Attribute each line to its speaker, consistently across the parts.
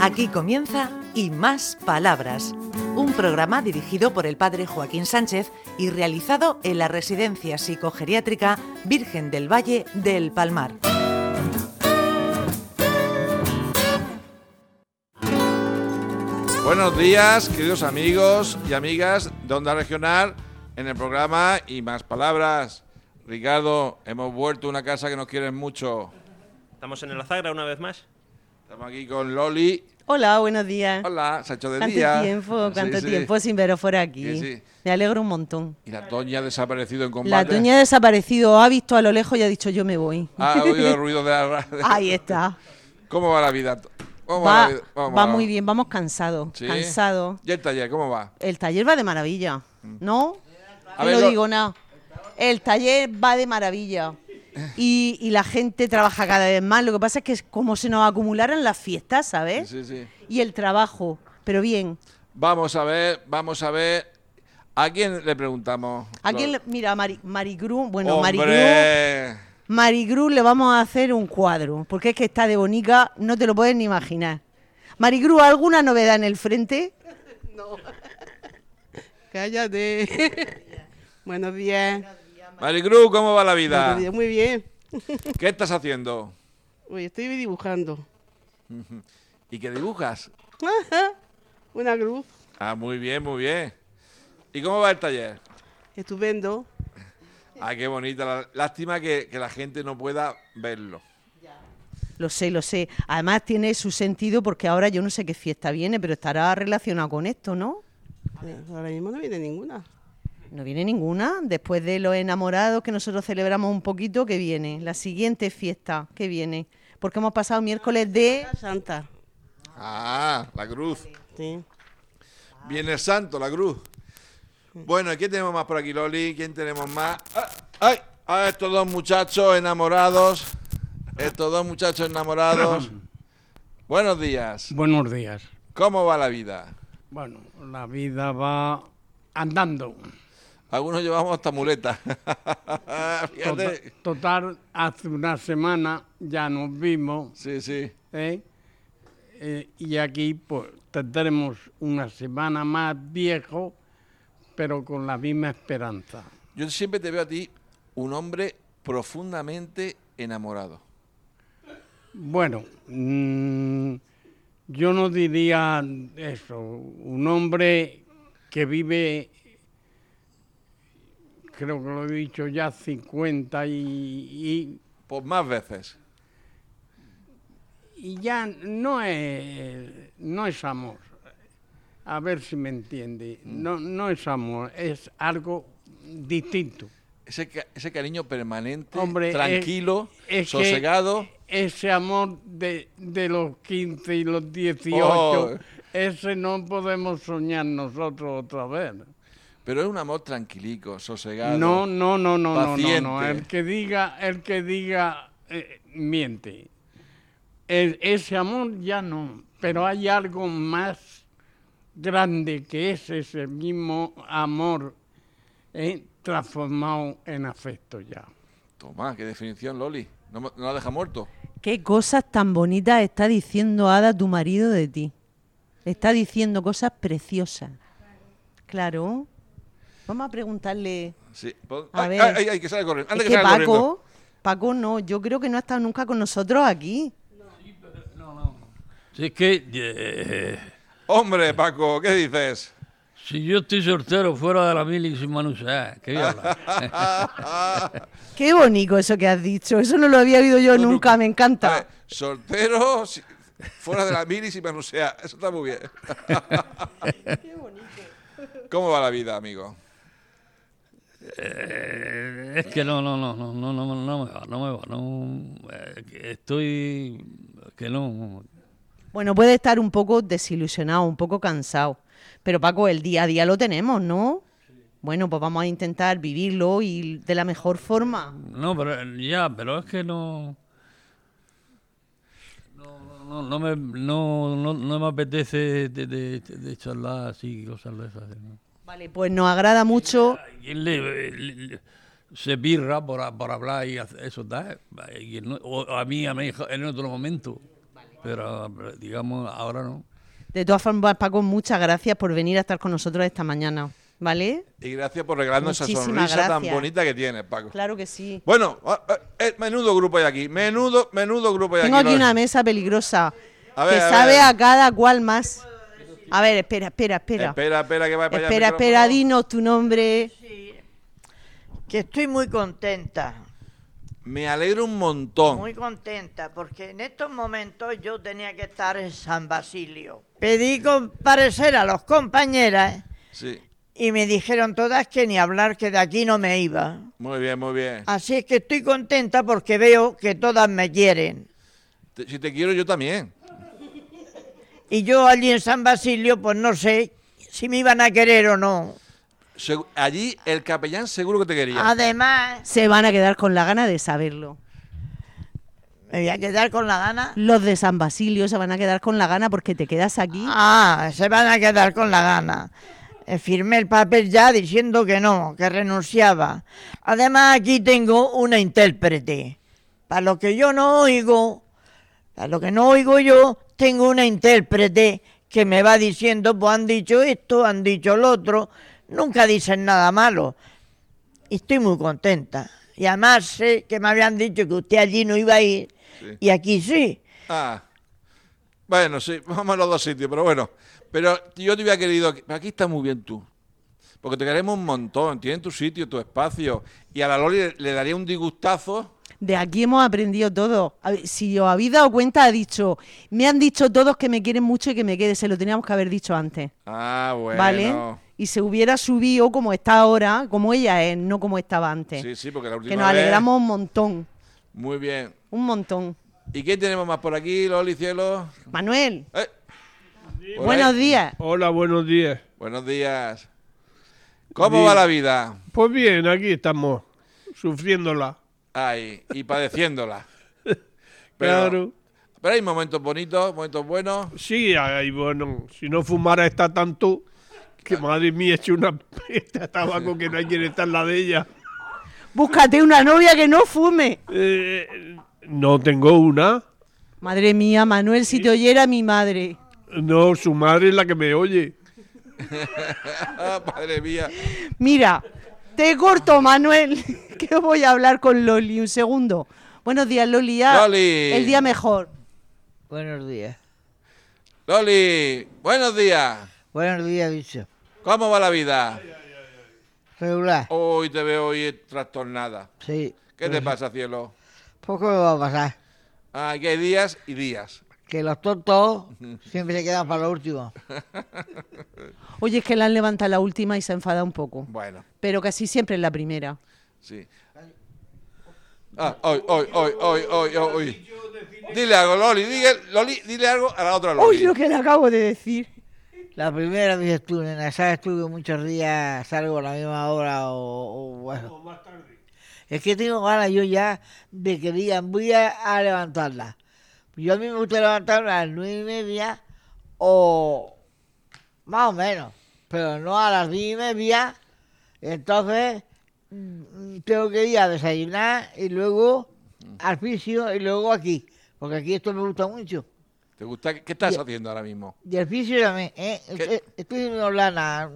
Speaker 1: Aquí comienza Y Más Palabras, un programa dirigido por el padre Joaquín Sánchez y realizado en la Residencia Psicogeriátrica Virgen del Valle del Palmar.
Speaker 2: Buenos días, queridos amigos y amigas de Onda Regional, en el programa Y Más Palabras. Ricardo, hemos vuelto a una casa que nos quieren mucho.
Speaker 3: Estamos en el Azagra una vez más.
Speaker 2: Estamos aquí con Loli.
Speaker 4: Hola, buenos días.
Speaker 2: Hola, se ha hecho de
Speaker 4: ¿Cuánto
Speaker 2: día.
Speaker 4: tiempo,
Speaker 2: Sí,
Speaker 4: cuánto
Speaker 2: sí.
Speaker 4: tiempo sin veros por aquí?
Speaker 2: Sí, sí.
Speaker 4: Me alegro un montón.
Speaker 2: Y la Toña ha desaparecido en
Speaker 4: La
Speaker 2: combate.
Speaker 4: Toña ha desaparecido, ha visto a lo lejos y ha dicho yo me voy.
Speaker 2: Ha oído el ruido de la radio.
Speaker 4: Ahí está.
Speaker 2: ¿Cómo va la vida? ¿Cómo
Speaker 4: Va,
Speaker 2: la vida?
Speaker 4: va
Speaker 2: ¿Cómo la-
Speaker 4: muy bien, vamos cansados,
Speaker 2: ¿Sí?
Speaker 4: cansados.
Speaker 2: ¿Y el taller? ¿Cómo va?
Speaker 4: El taller va de maravilla, ¿no?
Speaker 2: Mm. A
Speaker 4: No
Speaker 2: ver,
Speaker 4: lo
Speaker 2: lo-
Speaker 4: digo nada. El taller va de maravilla. Y, y la gente trabaja cada vez más. Lo que pasa es que es como se nos acumularan las fiestas, ¿sabes?
Speaker 2: Sí, sí.
Speaker 4: Y el trabajo. Pero bien,
Speaker 2: Vamos a ver, vamos a ver. ¿A quién le preguntamos?
Speaker 4: ¿A quién
Speaker 2: Loli?
Speaker 4: le- mira, Mari- Marigru, bueno, Marigru,
Speaker 2: ¡Hombre!
Speaker 4: Marigru le vamos a hacer un cuadro, porque es que está de bonica, no te lo puedes ni imaginar. Marigru, ¿alguna novedad en el frente?
Speaker 5: Cállate. Buenos días.
Speaker 2: Maricruz, ¿cómo va la vida?
Speaker 5: Buenos días, Muy bien.
Speaker 2: ¿Qué estás haciendo?
Speaker 5: Uy, estoy dibujando.
Speaker 2: ¿Y qué dibujas?
Speaker 5: Una cruz.
Speaker 2: Ah, muy bien, muy bien. ¿Y cómo va el taller?
Speaker 5: Estupendo.
Speaker 2: Ah, qué bonita. la- Lástima que, que la gente no pueda verlo.
Speaker 4: Lo sé, lo sé. Además tiene su sentido porque ahora yo no sé qué fiesta viene, pero estará relacionado con esto, ¿no?
Speaker 5: Eh, Ahora mismo no viene ninguna.
Speaker 4: No viene ninguna. Después de los enamorados que nosotros celebramos un poquito, que viene? La siguiente fiesta, que viene? Porque hemos pasado miércoles de...
Speaker 5: La Santa.
Speaker 2: Ah, la cruz.
Speaker 5: Sí.
Speaker 2: Viene el santo, la cruz. Bueno, ¿y ¿quién tenemos más por aquí, Loli? ¿Quién tenemos más? Ah, ¡Ay! A estos dos muchachos enamorados. Estos dos muchachos enamorados. Buenos días.
Speaker 6: Buenos días.
Speaker 2: ¿Cómo va la vida?
Speaker 6: Bueno, la vida va andando.
Speaker 2: Algunos llevamos hasta muletas.
Speaker 6: Tota-
Speaker 2: Fíjate.
Speaker 6: Total, hace una semana ya nos vimos
Speaker 2: Sí, sí.
Speaker 6: ¿eh? Eh, y aquí pues tendremos una semana más viejo, pero con la misma esperanza.
Speaker 2: Yo siempre te veo a ti un hombre profundamente enamorado.
Speaker 6: Bueno, mm, yo no diría eso. Un hombre que vive, creo que lo he dicho ya, 50 y- y
Speaker 2: Por más veces.
Speaker 6: y ya no es, no es amor. A ver si me entiende.
Speaker 2: Mm.
Speaker 6: No, no es amor, es algo distinto.
Speaker 2: Ese, ca- ese cariño permanente,
Speaker 6: Hombre, es-
Speaker 2: tranquilo,
Speaker 6: es que-
Speaker 2: sosegado.
Speaker 6: Ese amor de, de los 15 y los 18,
Speaker 2: Oh.
Speaker 6: ese no podemos soñar nosotros otra vez.
Speaker 2: Pero es un amor tranquilico, sosegado.
Speaker 6: No, no, no, no, no, no, no.
Speaker 2: Paciente.
Speaker 6: El que diga, el que diga, eh, miente. El- ese amor ya no, pero hay algo más grande que es ese mismo amor eh, transformado en afecto ya.
Speaker 2: Toma, qué definición, Loli. No, mo- no la deja muerto.
Speaker 4: Qué cosas tan bonitas está diciendo Ada, tu marido, de ti. Está diciendo cosas preciosas. Claro. Vamos a preguntarle.
Speaker 2: Sí. pon-
Speaker 4: A
Speaker 2: ay,
Speaker 4: ver.
Speaker 2: ay, ay, ay, que salga corriendo. Anda,
Speaker 4: es
Speaker 2: que,
Speaker 4: que
Speaker 2: salga
Speaker 4: Paco,
Speaker 2: corriendo.
Speaker 4: Paco no, yo creo que no ha estado nunca con nosotros aquí.
Speaker 7: Si es que eh,
Speaker 2: Hombre, Paco, ¿qué dices?
Speaker 7: si yo estoy soltero fuera de la mili y sin manusar, ¿qué voy a hablar?
Speaker 4: Qué bonito eso que has dicho. Eso no Eh. lo había oído yo nunca, me encanta.
Speaker 2: A ver, soltero, si- fuera de la mili y manusea. Eso está muy bien. ¿Cómo va la vida, amigo?
Speaker 7: Eh, es que no, no, no, no, no, no, no me va, no me va, no, eh, que estoy que no.
Speaker 4: Bueno, puede estar un poco desilusionado, un poco cansado. Pero Paco, el día a día lo tenemos, ¿no? Bueno, pues vamos a intentar vivirlo y de la mejor forma.
Speaker 7: No, pero eh, ya, pero es que no. No, no, no, no me, no, no, no me apetece de, de- de charlar así, cosas de esas. ¿no?
Speaker 4: Vale, pues nos agrada mucho.
Speaker 7: ¿Quién le, le- le- se birra por, por hablar y hacer eso? ¿da? Y no- o a mí, a mi hija, en otro momento. pero digamos ahora no.
Speaker 4: De todas formas, Paco, muchas gracias por venir a estar con nosotros esta mañana, ¿vale?
Speaker 2: Y gracias por regalarnos esa
Speaker 4: Muchísimas
Speaker 2: sonrisa tan
Speaker 4: gracias.
Speaker 2: bonita que tienes, Paco.
Speaker 4: Claro que sí.
Speaker 2: Bueno, ah, ah, eh, menudo grupo hay aquí. Menudo, menudo grupo hay
Speaker 4: Tengo
Speaker 2: aquí.
Speaker 4: aquí
Speaker 2: Lore.
Speaker 4: una mesa peligrosa
Speaker 2: A ver,
Speaker 4: que
Speaker 2: a
Speaker 4: sabe
Speaker 2: ver.
Speaker 4: a cada cual más. A ver, espera, espera, espera.
Speaker 2: Espera, espera, que va para allá. el
Speaker 4: Espera, espera,
Speaker 2: micrófono.
Speaker 4: dinos tu nombre.
Speaker 8: Que estoy muy contenta,
Speaker 2: Me alegro un montón.
Speaker 8: muy contenta, porque en estos momentos yo tenía que estar en San Basilio. Pedí comparecer a los compañeras
Speaker 2: Sí.
Speaker 8: y me dijeron todas que ni hablar, que de aquí no me iba.
Speaker 2: Muy bien, muy bien.
Speaker 4: Ah.
Speaker 8: Así es que estoy contenta porque veo que todas me quieren.
Speaker 2: Te- si te quiero, yo también.
Speaker 8: Y yo allí en San Basilio, pues no sé si me iban a querer o no.
Speaker 2: Segu- Allí el capellán seguro que te quería.
Speaker 8: Además,
Speaker 4: Se van a quedar con la gana de saberlo.
Speaker 8: me voy a quedar con la gana.
Speaker 4: Los de San Basilio se van a quedar con la gana porque te quedas aquí.
Speaker 8: Ah, se van a quedar con la gana. Eh, Firmé el papel ya diciendo que no, que renunciaba. Además, aquí tengo una intérprete. Para lo que yo no oigo, para lo que no oigo yo, tengo una intérprete que me va diciendo, pues han dicho esto, han dicho lo otro. Nunca dicen nada malo. Y estoy muy contenta. Y además sé que me habían dicho que usted allí no iba a ir.
Speaker 2: Sí.
Speaker 8: Y aquí sí.
Speaker 2: Ah. Bueno, sí, vamos a los dos sitios, pero bueno. Pero yo te hubiera querido. Aquí, pero aquí estás muy bien tú. Porque te queremos un montón. Tienes tu sitio, tu espacio. Y a la Loli le, le daría un disgustazo.
Speaker 4: De aquí hemos aprendido todo. A ver, Si os habéis dado cuenta, ha dicho, me han dicho todos que me quieren mucho y que me quede. Se lo teníamos que haber dicho antes,
Speaker 2: Ah, bueno.
Speaker 4: ¿vale? Y se hubiera subido como está ahora, como ella es, no como estaba antes.
Speaker 2: Sí, sí, porque la última
Speaker 4: que nos
Speaker 2: vez-
Speaker 4: alegramos un montón,
Speaker 2: Muy bien.
Speaker 4: un montón.
Speaker 2: ¿Y qué tenemos más por aquí, Loli Cielo?
Speaker 4: Manuel,
Speaker 2: Eh, por
Speaker 4: buenos
Speaker 2: ahí.
Speaker 4: días.
Speaker 9: Hola, buenos días.
Speaker 2: Buenos días. ¿Cómo
Speaker 9: Bien.
Speaker 2: va la vida?
Speaker 9: Pues bien, aquí estamos, sufriéndola.
Speaker 2: Ay, y padeciéndola.
Speaker 9: Claro.
Speaker 2: Pero hay momentos bonitos, momentos buenos.
Speaker 9: Sí, ay, bueno, si no fumara esta tanto, que madre mía, he hecho una pesta de tabaco que no hay quien está en la de ella.
Speaker 4: Búscate una novia que no fume.
Speaker 9: Eh, no tengo una.
Speaker 4: Madre mía, Manuel, si te oyera mi madre.
Speaker 9: No, su madre es la que me oye.
Speaker 2: Ah, madre mía.
Speaker 4: Mira, te corto, Manuel, que voy a hablar con Loli un segundo. Buenos días, Loli. ya
Speaker 2: Loli.
Speaker 4: El día mejor.
Speaker 8: Buenos días.
Speaker 2: Loli, buenos días.
Speaker 8: Buenos días, bicho.
Speaker 2: ¿Cómo va la vida?
Speaker 8: Regular,
Speaker 2: Hoy te veo hoy trastornada.
Speaker 8: sí.
Speaker 2: Oh. ¿Qué
Speaker 4: Pues
Speaker 2: te pasa, cielo?
Speaker 8: Poco me va a pasar.
Speaker 2: Ah, que hay días y días.
Speaker 8: Que los tontos siempre se quedan para lo último.
Speaker 4: Oye, es que la han levantado la última y se ha enfadado un poco.
Speaker 2: Bueno,
Speaker 4: Pero casi siempre es la primera.
Speaker 2: sí. Ah, hoy, hoy, hoy, hoy, hoy, hoy. Dile algo, Loli, dile, Loli, dile algo a la otra Loli.
Speaker 4: Uy, lo que le acabo de decir.
Speaker 8: La primera dices tú, nena, sabes tú que muchos días salgo a la misma hora o, o bueno. Es que tengo ganas yo ya de que digan, voy a, a levantarla. Yo a mí me gusta levantarme a las nueve y media o más o menos, pero no a las diez y media. Entonces mm, tengo que ir a desayunar y luego al fisio y luego aquí, porque aquí esto me gusta mucho.
Speaker 2: ¿Te gusta? ¿Qué estás haciendo ahora mismo?
Speaker 8: Y el fisio también, ¿eh? Estoy- Estoy en una lana,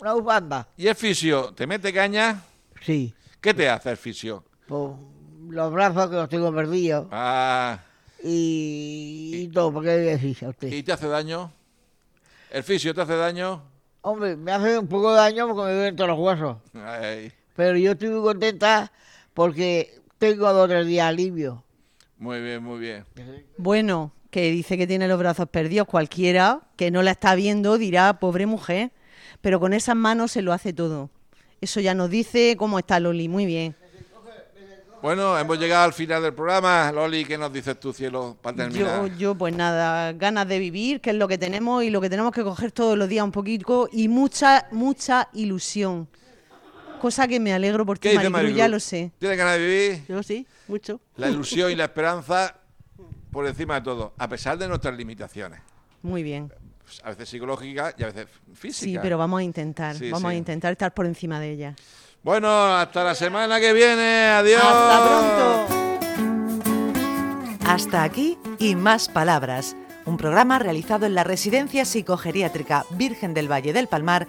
Speaker 8: una bufanda.
Speaker 2: ¿Y el fisio? ¿Te mete caña?
Speaker 8: Sí,
Speaker 2: ¿Qué te hace el fisio?
Speaker 8: pues los brazos que los tengo perdidos
Speaker 2: Ah,
Speaker 8: y, y todo, porque le decís a usted.
Speaker 2: ¿y te hace daño? ¿El fisio te hace daño?
Speaker 8: Hombre, me hace un poco de daño porque me duelen todos los huesos,
Speaker 2: Ay,
Speaker 8: pero yo estoy muy contenta porque tengo dos o tres días alivio.
Speaker 2: muy bien, muy bien.
Speaker 4: Bueno, que dice que tiene los brazos perdidos. Cualquiera que no la está viendo dirá, pobre mujer. Pero con esas manos se lo hace todo. Eso ya nos dice cómo está Loli. Muy bien.
Speaker 2: Bueno, hemos llegado al final del programa. Loli, ¿qué nos dices tú, cielo, para
Speaker 4: Yo,
Speaker 2: terminar?
Speaker 4: yo, pues nada, ganas de vivir, que es lo que tenemos y lo que tenemos que coger todos los días un poquito y mucha, mucha ilusión. Cosa que me alegro por
Speaker 2: ¿Qué
Speaker 4: ti,
Speaker 2: dice
Speaker 4: Maricruz,
Speaker 2: Maricruz?
Speaker 4: ya lo sé.
Speaker 2: ¿Tienes ganas de vivir?
Speaker 5: Yo sí, mucho.
Speaker 2: La ilusión y la esperanza por encima de todo, a pesar de nuestras limitaciones. pues,
Speaker 4: Muy bien.
Speaker 2: A veces psicológicas y a veces
Speaker 4: Sí,
Speaker 2: físicas.
Speaker 4: pero vamos a intentar,
Speaker 2: Sí,
Speaker 4: vamos a
Speaker 2: sí.
Speaker 4: intentar estar por encima de ella.
Speaker 2: Bueno, hasta la semana que viene. Adiós.
Speaker 4: ¡Hasta pronto!
Speaker 1: Hasta aquí y más palabras, un programa realizado en la Residencia Psicogeriátrica Virgen del Valle del Palmar